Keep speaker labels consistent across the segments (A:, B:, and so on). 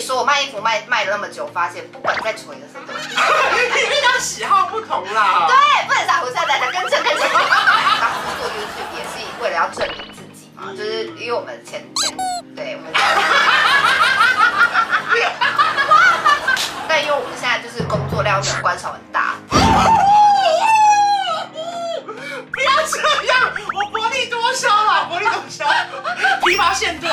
A: 说，我卖衣服卖卖了那么久，发现不管在锤的是对的，
B: 因为他喜好不同啦。
A: 对，不能打胡下蛋，跟着跟着。 当时做 YouTube 也是为了要证明自己嘛，就是因为我们前前对我们。 但因为我们现在就是工作量跟关少很大，
B: 不要这样，我薄利多销啦，薄利多销，疲乏限多。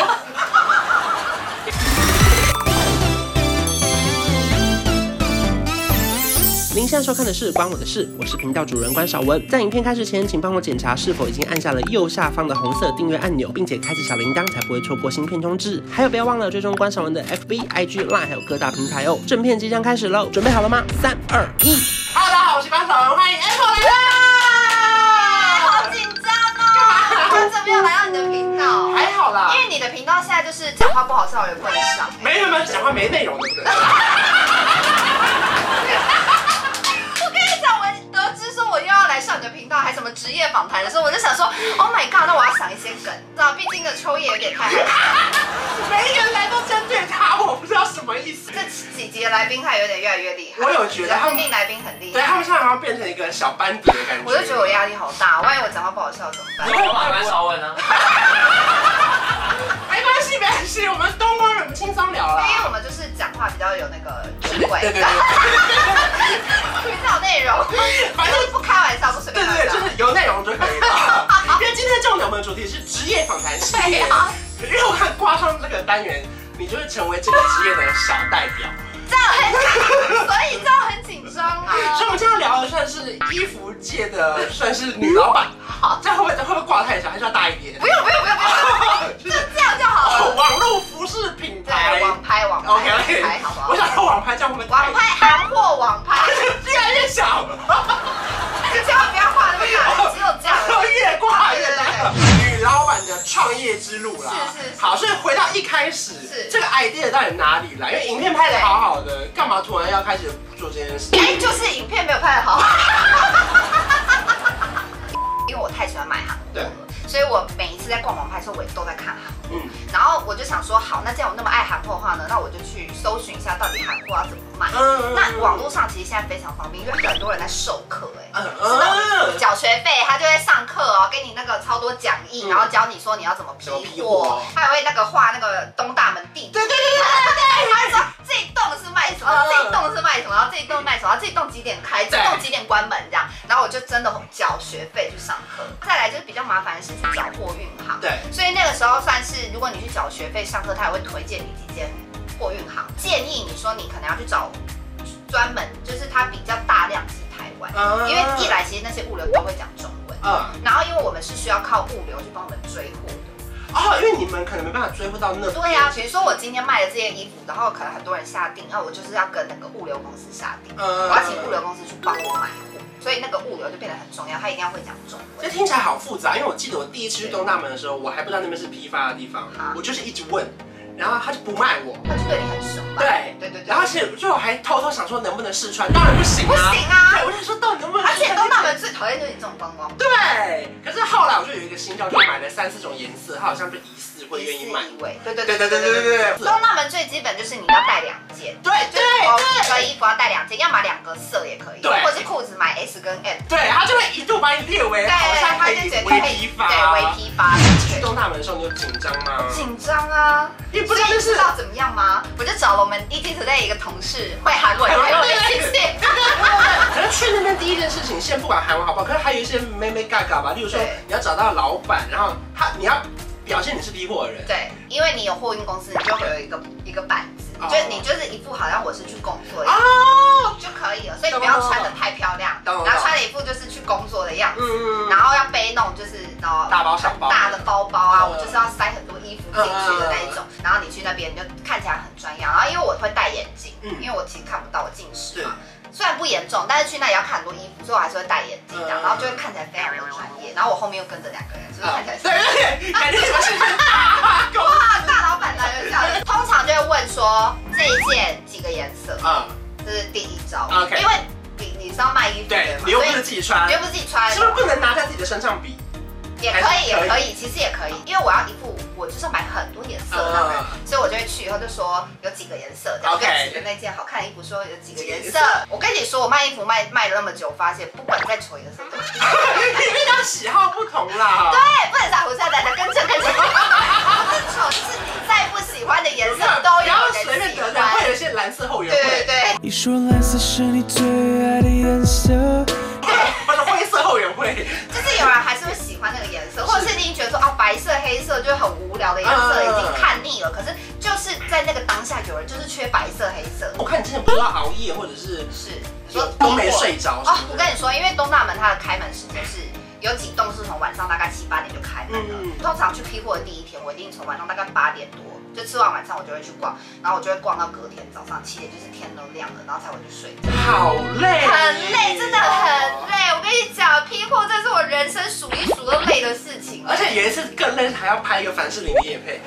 B: 您现在收看的是《关我的事》，我是频道主人关少文。在影片开始前，请帮我检查是否已经按下了右下方的红色订阅按钮，并且开启小铃铛，才不会错过新片通知。还有，不要忘了追踪关少文的 FB、IG、Line，还有各大平台哦。正片即将开始喽，准备好了吗？三、二、一。Hello，大家好，我是关少文，欢迎 Apple 来
A: 哎
B: 啦！
A: 好紧张 哦！很久没有来到你的频道，
B: 还好啦，
A: 因为你的频道现在就是讲话不好，少人不能上。
B: 没什么讲话没内容的人。
A: 我跟你讲，我得知说我又要来上你的频道，还什么职业访谈的时候，我就想说，Oh my god，那我要想一些梗，你知道，毕竟的秋叶有点太狠。
B: 每一个人来都针对他，我不知道什么意思。
A: 这几集的来宾他有点越来越厉害，
B: 我有觉得他们
A: 最近来宾很厉
B: 对他
A: 害，
B: 们现在好像变成一个小班底的感觉。
A: 我就觉得我压力好大，万一我讲话不好笑怎么办
C: 你？会把关少文 啊？
B: 没关系，没关系，我们东光人我们轻松聊啦。
A: 因为我们就是讲话比较有那个智慧，
B: 对对对，
A: 频道内容，
B: 反
A: 反
B: 正
A: 正不开玩笑，不随
B: 对
A: 便开玩
B: 对对，
A: 笑
B: 就。是有内容就可以了。因为今天重点我们的主题是职业访谈系列，
A: 啊
B: 因为我看挂上这个单元，你就会成为这个职业的小代表。
A: 这样很，所以这样很紧张 啊。
B: 所以我们今天聊的算是衣服界的，算是女老板。好，这样会不会会不会挂太小，还是要大一点？
A: 不用不用不用不用，
B: 就
A: 就是这样就好了。
B: 哦 网络服饰品牌
A: 对，。网拍网拍
B: OK
A: 网
B: OK，
A: 拍，好不好
B: 我？想说网拍这样会不会太
A: 网拍韩货网拍，
B: 越来越小，
A: 千万不要画那么大，只有这样
B: 然。后 越挂越大。女老板的创业之路啦，
A: 是是是
B: 好，所以回到一开始，
A: 是
B: 这个 idea 到底哪里来？因为影片拍的好好的，干嘛突然要开始做这件事？
A: 哎，就是影片没有拍的好， 因为我太喜欢买韩货了，所以我每一次在逛网拍的时候，我也都在看韩货。
B: 嗯，
A: 然后我就想说，好，那既然我那么爱韩货的话呢，那我就去搜寻一下到底韩货要怎么卖。
B: 嗯
A: 那网络上其实现在非常方便，因为很多人在授课、哎、
B: 嗯
A: 嗯，
B: 嗯
A: 缴学费他就会上课哦，给你那个超多讲义，
B: 嗯
A: 然后教你说你要怎么批
B: 怎么批
A: 货
B: 货，
A: 他还会那个画那个东大门地图，
B: 对对对对
A: 他会说这一栋是卖什么，
B: 嗯
A: 这一栋是卖什么，然后这一栋卖什么，这一栋几点开，这
B: 对
A: 栋几点关门这样，然后我就真的缴学费去上课。再来就是比较麻烦的是缴货运行，
B: 对
A: 所以那个时候算是如果你去缴学费上课，他也会推荐你几间货运行，建议你说你可能要去找专门，就是它比较大量是台湾，
B: 对，
A: 因为一，来其实那些物流都会讲中文，
B: 嗯，
A: 然后因为我们是需要靠物流去帮我们追货的。
B: 哦，因为你们可能没办法追溯到那，
A: 对呀、比如说我今天卖了这件衣服，然后可能很多人下定，那我就是要跟那个物流公司下定，我
B: 嗯
A: 要请物流。公司去帮我买货，所以那个物流就变得很重要，他一定要会讲中
B: 这
A: 文。
B: 听起来好复杂，因为我记得我第一次去东大门的时候，我还不知道那边是批发的地方
A: 啊，
B: 我就是一直问，然后他就不卖我，
A: 他就对你很熟吧？
B: 对
A: 对对对。
B: 然后而且就我还偷偷想说能不能试穿，当然不行
A: 不
B: 啊，
A: 行啊
B: 对，！我就想说到底能不能
A: 而
B: 试
A: 且
B: 穿？
A: 东大门最讨厌就是你这种观光，
B: 对，可是后来我就有一个新教，就买了三四种颜色，他好像就疑似会愿意买。
A: 一位。对对
B: 对
A: 对对对
B: 对对对
A: 对
B: 对
A: 对。
B: 对对，
A: 东大门最基本就是你要带两件。
B: 对
A: 就是
B: 对
A: 我这个衣服要带两件，要买两个色也可以，
B: 对
A: 或者是裤子买 S 跟 M，
B: 对，他就会一度把你列为好像
A: 他
B: 可
A: 就
B: 以
A: 觉得
B: 微
A: 可以
B: 批发。
A: 对，微批发，
B: 去
A: 对
B: 东大门的时候你有紧张吗？
A: 紧张啊，
B: 因为哎不知道
A: 所以
B: 这
A: 你
B: 是
A: 知道怎么样吗？我就找了我们 ET Today 一个同事，会韩文，
B: 对
A: 还有
B: 对
A: 微信
B: 对
A: 信，
B: 可能去那边第一件事情，先不管韩文好不好，可是还有一些妹妹嘎嘎吧，例如说
A: 对
B: 你要找到老板，然后他你要表现你是批货的人，
A: 对，因为你有货运公司，你就会有一个一个板子，
B: 哦
A: 就你就是一副好像我是去工作的样
B: 哦，
A: 子就可以了，所以你不要穿的太漂亮，然
B: 懂
A: 后
B: 懂
A: 穿了一副就是去工作的样子，
B: 嗯，
A: 然后要背那种就是然后
B: 大包小包，
A: 大的包包啊，
B: 嗯
A: 我就是要塞很多衣服进去的那一种。然后你去那边，你就看起来很专业。然后因为我会戴眼镜，
B: 嗯
A: 因为我其实看不到，我近视
B: 是
A: 嘛。虽然不严重，但是去那里要看很多衣服，所以我还是会戴眼镜这样，
B: 嗯
A: 然后就会看起来非常的专业。然后我后面又跟着两个人，就是看起来
B: 对啊对对，感觉什么事情都大狗
A: 哇，大老板来了这样。通常就会问说这一件几个颜色，
B: 啊，
A: 这是第一招。
B: OK
A: 因为你你是要卖衣服
B: 对
A: 的，嘛，
B: 你又
A: 所
B: 不
A: 以
B: 是自己穿
A: 你，又不是自己穿
B: 是，不是不能拿在自己的身上比？
A: 也可以，
B: 还
A: 也
B: 是可以
A: 可以，其实也可以，因为我要一副我就是要买很多颜色
B: 嗯
A: 那种人，所以我就会去以后就说有几个颜色，然后
B: OK
A: 跟几个那件好看的衣服说有几个颜
B: 几
A: 色
B: 个颜色。
A: 我跟你说，我卖衣服卖卖了那么久，发现不管在丑颜 色，
B: 因为他喜好不同啦。对，
A: 哎，不能在胡下奶奶跟这跟这，不是 丑，就是你再不喜欢的颜色都有
B: 不要随
A: 人
B: 便
A: 喜
B: 得奖，
A: 欢
B: 会。有一些蓝色后援
A: 对对
B: 会，
A: 对，
D: 你说蓝色是你最爱的颜色。
B: 或者灰色后援会。
A: 就是有人还是会喜欢那个颜色，或者是你已经觉得说啊，白色、黑色就是很无聊的颜色，
B: 嗯
A: 已经看腻了。可是就是在那个当下，有人就是缺白色、黑色。
B: 我看你之前不是要熬夜，或者是
A: 是，你说
B: 都没睡着
A: 哦
B: 是，不
A: 我
B: 是
A: 跟你说，因为东大门它的开门时间是有几栋是从晚上大概七八点就开门了。
B: 嗯
A: 通常去批货的第一天，我一定从晚上大概八点多就吃完晚餐，我就会去逛，然后我就会逛到隔天早上七点，就是天都亮了，然后才会去睡觉。
B: 好累，
A: 很累，真的很。累。我跟你讲，批货这是我人生数一数二累的事情。
B: 而且有一次更累，还要拍一个凡士林的夜配。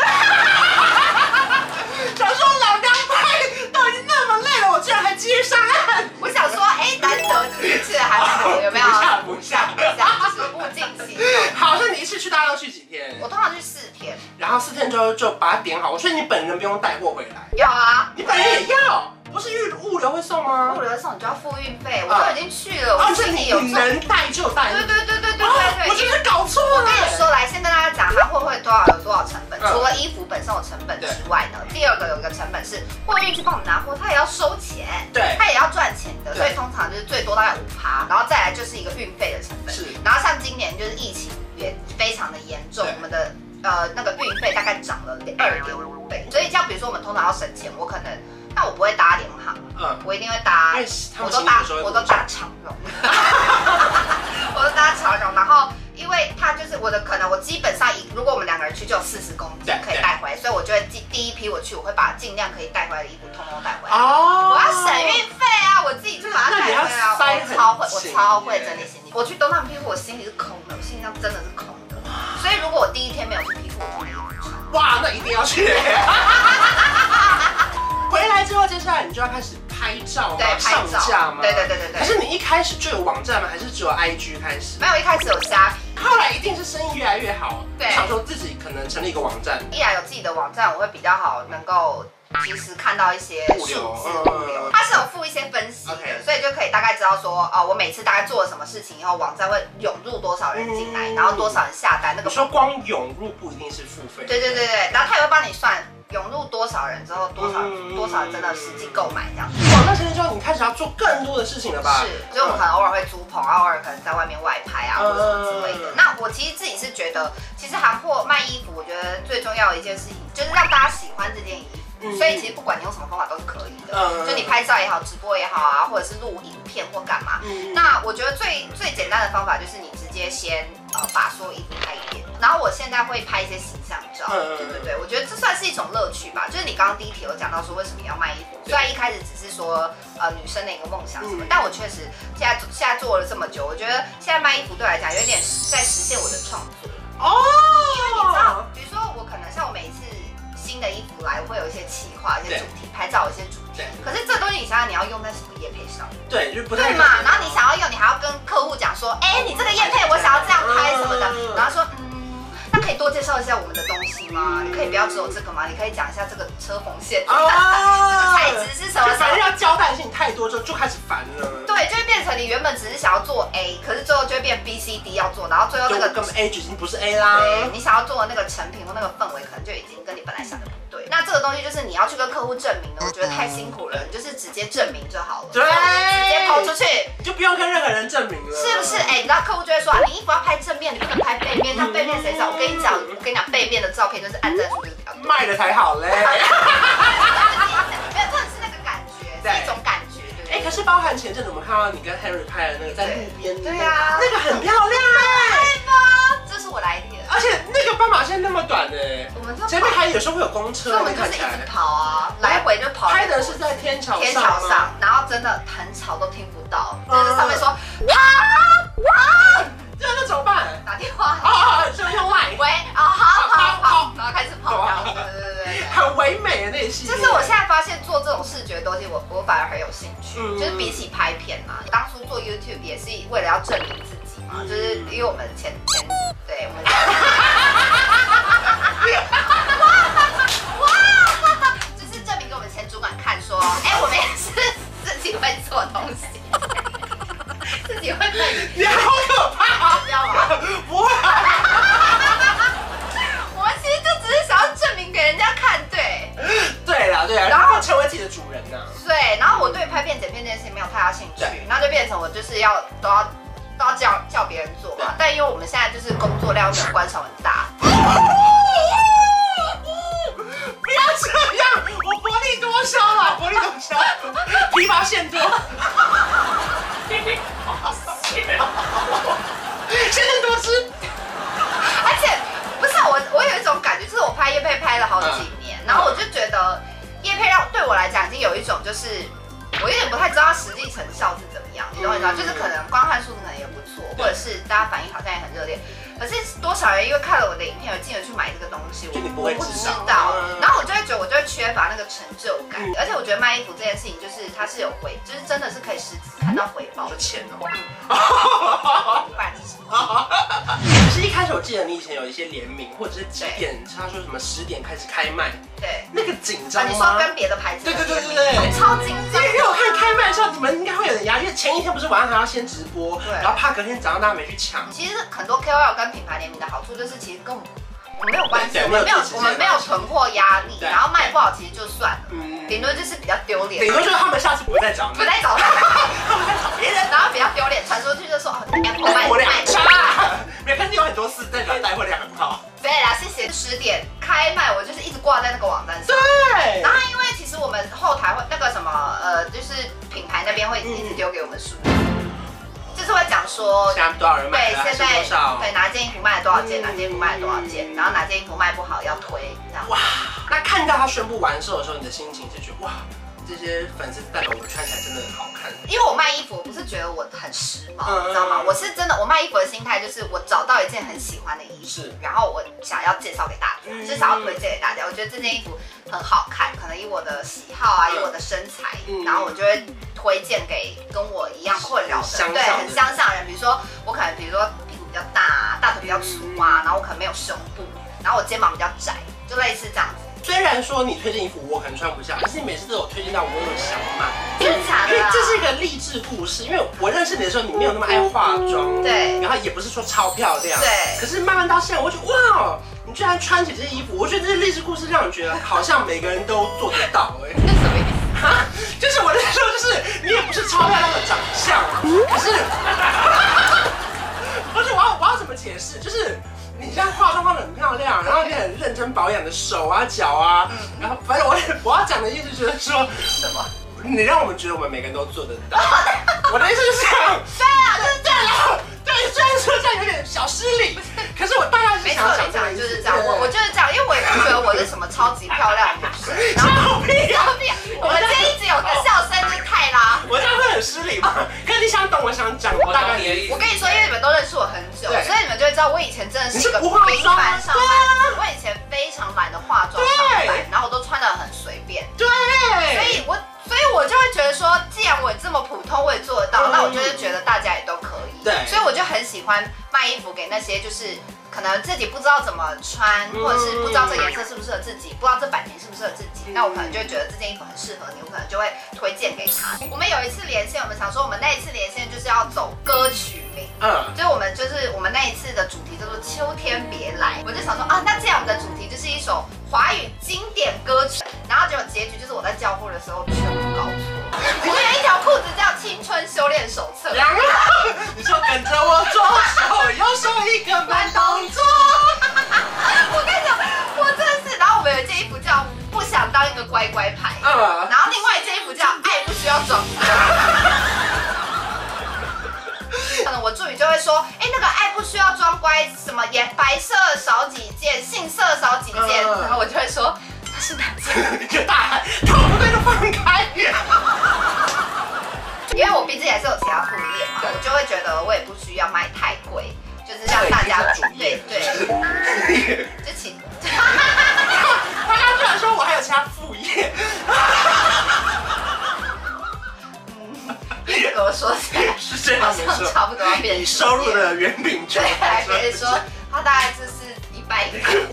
B: 想说老娘拍都已经那么累了，我居然还接上岸，
A: 我想说，哎、难得你一次还好，有没 有？
B: 不下不下
A: 不下，就是物尽其用。
B: 好像你一次去大概要去几天
A: 我？通常去四天，
B: 然后四天之后就把它点好，所以你本人不用带货回来，
A: 要啊，
B: 你本人也要，不是运物流会送吗
A: 物？流送你就要付运费，我都已经去了，
B: 而
A: 我
B: 且
A: 心里
B: 你
A: 有
B: 你
A: 重。
B: 能带就带，
A: 对对对对对
B: 啊
A: 对
B: 我
A: 对。
B: 真是搞错了。
A: 我跟你说，来先跟大家讲，它会不会多少有多少成本？
B: 嗯
A: 除了衣服本身有成本之外呢，第二个有一个成本是货运去帮我们拿货，它也要收钱，
B: 对
A: 它也要赚钱的，
B: 对
A: 所以通常就是最多大概五趴，然后再来就是一个运费的成本。
B: 是
A: 然后像今年就是疫情也非常的严重
B: 对，
A: 我们的呃那个运费大概涨了二点五倍，所以像比如说我们通常要省钱，我可能那我不会搭联航，
B: 嗯，
A: 我一定会搭
B: 因为他
A: 我
B: 们
A: 都
B: 新
A: 搭
B: 的时候会
A: 我都搭长绒，我都搭长绒，然后因为它就是我的，可能我基本上一如果我们两个人去就有四十公斤
B: 对
A: 可以带回来，所以我就会第第一批我去，我会把尽量可以带回来的衣服通通带回来。
B: 哦
A: 我要省运费啊！我自己去把它带回来啊！
B: 那你要
A: 我
B: 塞
A: 超会，
B: 很
A: 我
B: 紧
A: 超会
B: 耶
A: 整理行李。我去东藏批货，我心里是空的，我行李箱真的是空的。所以如果我第一天没有去批货，我就没有穿。
B: 哇，那一定要 去。回来之后，接下来你就要开始拍照
A: 对
B: 吗？
A: 拍
B: 哦上
A: 照
B: 架吗？
A: 对对对对对
B: 可是你一开始就有网站吗？还是只有 IG 开始？
A: 没有，一开始有虾皮。
B: 后来一定是生意越来越好，
A: 对
B: 想说自己可能成立一个网站，
A: 一来有自己的网站，我会比较好能够及时看到一些数字
B: 物流
A: 物流，它是有附一些分析的
B: 嗯 OK
A: 所以就可以大概知道说，哦，我每次大概做了什么事情以后，网站会涌入多少人进来，
B: 嗯
A: 然后多少人下单，那
B: 你
A: 个
B: 说光涌入不一定是付费，
A: 对对对对，然后它也会帮你算涌入多少人之后，多少、
B: 嗯
A: 多少人真的实际购买这样子。
B: 哇，那现在之后你开始要做更多的事情了吧？
A: 是，所以我们可能偶尔会租棚，然后偶尔可能在外面外拍啊，或者什么之类的
B: 嗯。
A: 那我其实自己是觉得，其实韩货卖衣服，我觉得最重要的一件事情就是让大家喜欢这件衣服。
B: 嗯
A: 所以其实不管你用什么方法都是可以的，
B: 嗯
A: 就你拍照也好，直播也好啊，或者是录影片或干嘛。
B: 嗯
A: 那我觉得最最简单的方法就是你直接先呃把所有衣服拍一遍，然后我现在会拍一些形象照，
B: 嗯
A: 对对对，我觉得这算是一种乐趣吧。就是你刚刚第一题有讲到说为什么要卖衣服，
B: 对
A: 虽然一开始只是说呃女生的一个梦想什么，
B: 嗯
A: 但我确实现在现在做了这么久，我觉得现在卖衣服对我来讲有点在实现我的创作。
B: 哦，
A: 你知道，比如说我可能像我每一次新的衣服来，我会有一些企划、一些
B: 对
A: 主题、拍照、一些主题
B: 对。
A: 可是这东西你想想你要用在什么业配上？
B: 对，就不太
A: 对嘛？然后你想要用，你还要跟客户讲说，哎、你这个验配我想要这样拍什么的，
B: 嗯
A: 然后说，嗯，那可以多介绍一下我们的东西
B: 嗯
A: 吗？你可以不要只有这个吗？你可以讲一下这个车缝线、
B: 啊
A: 材质是什么
B: 就
A: 什
B: 反
A: 么。
B: 正要交代的事情太多之后就开始烦了，
A: 对，就会变成你原本只是想要做 A，可是最后就会变 B、C、D 要做，然后最后
B: 就
A: 那个
B: 根本 A 已经不是 A 啦，
A: 对你想要做的那个成品或那个氛围，可能就已经跟你本来想的不对。那这个东西就是你要去跟客户证明的，我觉得太辛苦了，你就是直接证明就好了，
B: 对
A: 所以我就直接抛出去，
B: 就不用跟任何人证明了，
A: 是不是？哎、你知道客户就会说，啊你衣服要拍正面，你不能拍背面，那背面谁找？我跟你讲，我跟你讲，背面的照片就是按赞数就是比较多。
B: 卖的才好嘞。
A: 没有，真的是那个感觉，是一种感觉，对不对？
B: 哎、可是包含前阵子我们看到你跟 Harry 拍的那个在路边的那个，
A: 对啊
B: 那个很漂亮哎、
A: 爱吗？啊这是我来的，
B: 而且那个斑马线那么短哎、
A: 我们就
B: 前面还有时候会有公车，
A: 所以我们
B: 你
A: 就
B: 看
A: 是一
B: 起来
A: 直跑啊，来回就跑。
B: 拍的是在天桥
A: 天
B: 上
A: 桥
B: 吗
A: 上，然后真的很吵，都听不到，
B: 嗯
A: 就是上面说啊啊，
B: 对啊，那怎么办？
A: 打电话
B: 啊，啊，就用 Line，
A: 喂啊，好好
B: 好
A: 好
B: 好，
A: 然后开始跑，然后对对对对。
B: 很唯美的那一系列。
A: 就是我现在发现做这种视觉的东西，我我反而很有兴趣。
B: 嗯
A: 就是比起拍片嘛，当初做 YouTube 也是为了要证明自己嘛，就是因为我们前前对我们。哇， 就是证明给我们前主管看说，哎、我们也是自己会做东西， 自己会自
B: 你好可怕！
A: 己标嘛。
B: 不会啊，
A: 我们其实就只是想要证明给人家看，对
B: 对啦对啦，
A: 然后
B: 要成为自己的主人呐、
A: 对。然后我对拍片剪片这件事情没有太大兴趣
B: 对，
A: 那就变成我就是要都要都要叫叫别人做嘛。但因为我们现在就是工作量跟关手很大，
B: 不要这样，我薄利多销嘛，薄利多销，疲乏限多。先生多吃，
A: 而且不是啊我，我有一种感觉，就是我拍叶配拍了好几年，
B: 嗯
A: 然后我就觉得叶配让对我来讲已经有一种就是我有点不太知道它实际成效是怎么样，你懂我意思吗？
B: 嗯
A: 就是可能观看数可能也不错，或者是大家反应好像也很热烈。可是多少人因为看了我的影片而进而去买这个东西，我
B: 就你不
A: 我
B: 会
A: 不
B: 知
A: 知
B: 道
A: 道
B: 嗯。
A: 然后我就会觉得我就会缺乏那个成就感，而且我觉得卖衣服这件事情就是它是有回，就是真的是可以实质看到回报
B: 好
A: 的，
B: 钱哦。
A: 不然是什么？
B: 可是，一开始我记得你以前有一些联名，或者是几点，他说什么十点开始开卖，
A: 对。
B: 那个紧
A: 啊
B: 张，
A: 你说
B: 吗？
A: 跟别的牌子
B: 对对对对
A: 联名
B: 对
A: 我超紧
B: 因
A: 张，
B: 为我看开卖的时候，你们应该会有点压力，因为前一天不是晚上还要先直播，
A: 对
B: 然后怕隔天早上大家没去抢。
A: 其实很多 KOL 跟品牌联名的好处就是，其实跟我们我们没有关系，
B: 对
A: 我们没有
B: 没有自己
A: 我们没有囤货压力，
B: 对
A: 然后卖不好其实就算了，
B: 嗯，
A: 顶多就是比较丢脸
B: 顶，多就是他们下次不会再找你
A: 不，再找
B: 他们在找别人。
A: 然后比较丢脸，传出去就说哦，你 Apple 卖
B: 带货量
A: 卖
B: 很差，没有看见有很多次代表带货量很好。
A: 对啦，谢谢十点开卖，我就是一直挂在那个网站上。
B: 对
A: 然后因为其实我们后台会那个什么呃，就是品牌那边
B: 嗯
A: 会一直丢给我们数，就是会讲说
B: 现在多少人买
A: 对，
B: 了，还
A: 现
B: 是
A: 在
B: 多少？
A: 对哪件衣服卖了多少件，
B: 嗯
A: 哪件衣服卖了多少件，然后哪件衣服卖不好要推，这样。
B: 哇，那看到他宣布完售的时候，你的心情是觉得哇，这些粉丝代表我穿起来真的很好看。
A: 因为我卖衣服，我不是觉得我很时髦，
B: 嗯
A: 你知道吗？我是真的，我卖衣服的心态就是我找到一件很喜欢的衣服
B: 是，
A: 然后我想要介绍给大家，
B: 嗯
A: 就是想要推荐给大家。我觉得这件衣服很好看，可能以我的喜好啊，
B: 嗯
A: 以我的身材
B: 嗯，
A: 然后我就会推荐给跟我一样困扰的，
B: 相像的
A: 对，很相像的人。比如说我可能，比如说屁股比较大啊，大腿比较粗
B: 嗯
A: 啊，然后我可能没有胸部，然后我肩膀比较窄，就类似这样子。
B: 虽然说你推荐衣服我可能穿不下，但是你每次都有推荐到我都有想买，
A: 真的假
B: 因为
A: 的啊？
B: 这是一个励志故事。因为我认识你的时候，你没有那么爱化妆，
A: 对
B: 然后也不是说超漂亮，
A: 对
B: 可是慢慢到现在，我觉得哇，你居然穿起这些衣服，我觉得这些励志故事让你觉得好像每个人都做得到哎、
A: 那什么意思？
B: 哈，就是我那时候就是你也不是超漂亮的长相，啊可是， 不是我要我要怎么解释？就是你现在化妆化的很漂亮，然后你很认真保养的手啊脚啊，
A: 嗯
B: 然后反正我我要讲的意思就是说什么？你让我们觉得我们每个人都做得 到。我的意思是这样，
A: 对啊，就是这样啊。
B: 对，虽然说这样有点小失礼，可是我大概是
A: 没
B: 想
A: 错
B: 要，
A: 没
B: 讲
A: 错
B: 这个，意思
A: 就是这样。我我就是这样，因为我也不觉得我是什么超级漂亮的女生。 然后
B: 臭屁啊！
A: 我们今天一直有个笑声，就是泰拉。
B: 我这样会很失礼吗？
A: 哦
B: 可是你想懂我想讲，我大概你的意思
A: 我。跟你说，因为你们都认识我很久，
B: 对
A: 所以你们就会知道我以前真的是一个
B: 你是不化
A: 平
B: 妆啊
A: 凡上班族。我以前非常懒得化妆上班
B: 对，
A: 然后我都穿的很随便，
B: 对，
A: 所以我所以我就会觉得说，既然我这么普通，我也做得到，
B: 嗯
A: 那我就是觉得大家也都可以。
B: 对
A: 所以我就很喜欢卖衣服给那些就是。可能自己不知道怎么穿，
B: 嗯
A: 或者是不知道这个颜色适不适合自己，不知道这版型适不适合自己，
B: 嗯
A: 那我可能就会觉得这件衣服很适合你，我可能就会推荐给他。我们有一次连线，我们想说我们那一次连线就是要走歌曲名，
B: 嗯，
A: 所以我们就是我们那一次的主题叫做“秋天别来”，我就想说啊，那既然我们的主题就是一首华语经典歌曲，然后结果结局就是我在交货的时候全部搞错，我们有一条裤子叫《青春修炼手 册》，
B: 然后你说跟着我左手右手一个慢动作，
A: 我跟你讲，我真的是，然后我们有一件衣服叫“不想当一个乖乖牌”，
B: 嗯，
A: 然后另外一件衣 服叫“爱不需要装逼”。可能我助理就会说，哎、那个爱不需要装乖，什么颜白色少几件，杏色少几件，
B: 嗯
A: 然后我就会说他是哪件？
B: 你就大喊，头不对就放开。
A: 因为我毕竟也是有其他副业嘛，我就会觉得我也不需要卖太贵，就是让大家
B: 这已经是主业
A: 对
B: 了
A: 对，
B: 就是
A: 就请。
B: 他刚居然说我还有其他副业，
A: 严格说起来，
B: 是这
A: 好
B: 样没
A: 像
B: 错。
A: 差不多要变
B: 你
A: 成
B: 收入
A: 主业
B: 的远比
A: 对，
B: 全
A: 还可以说他大概就是一半一半。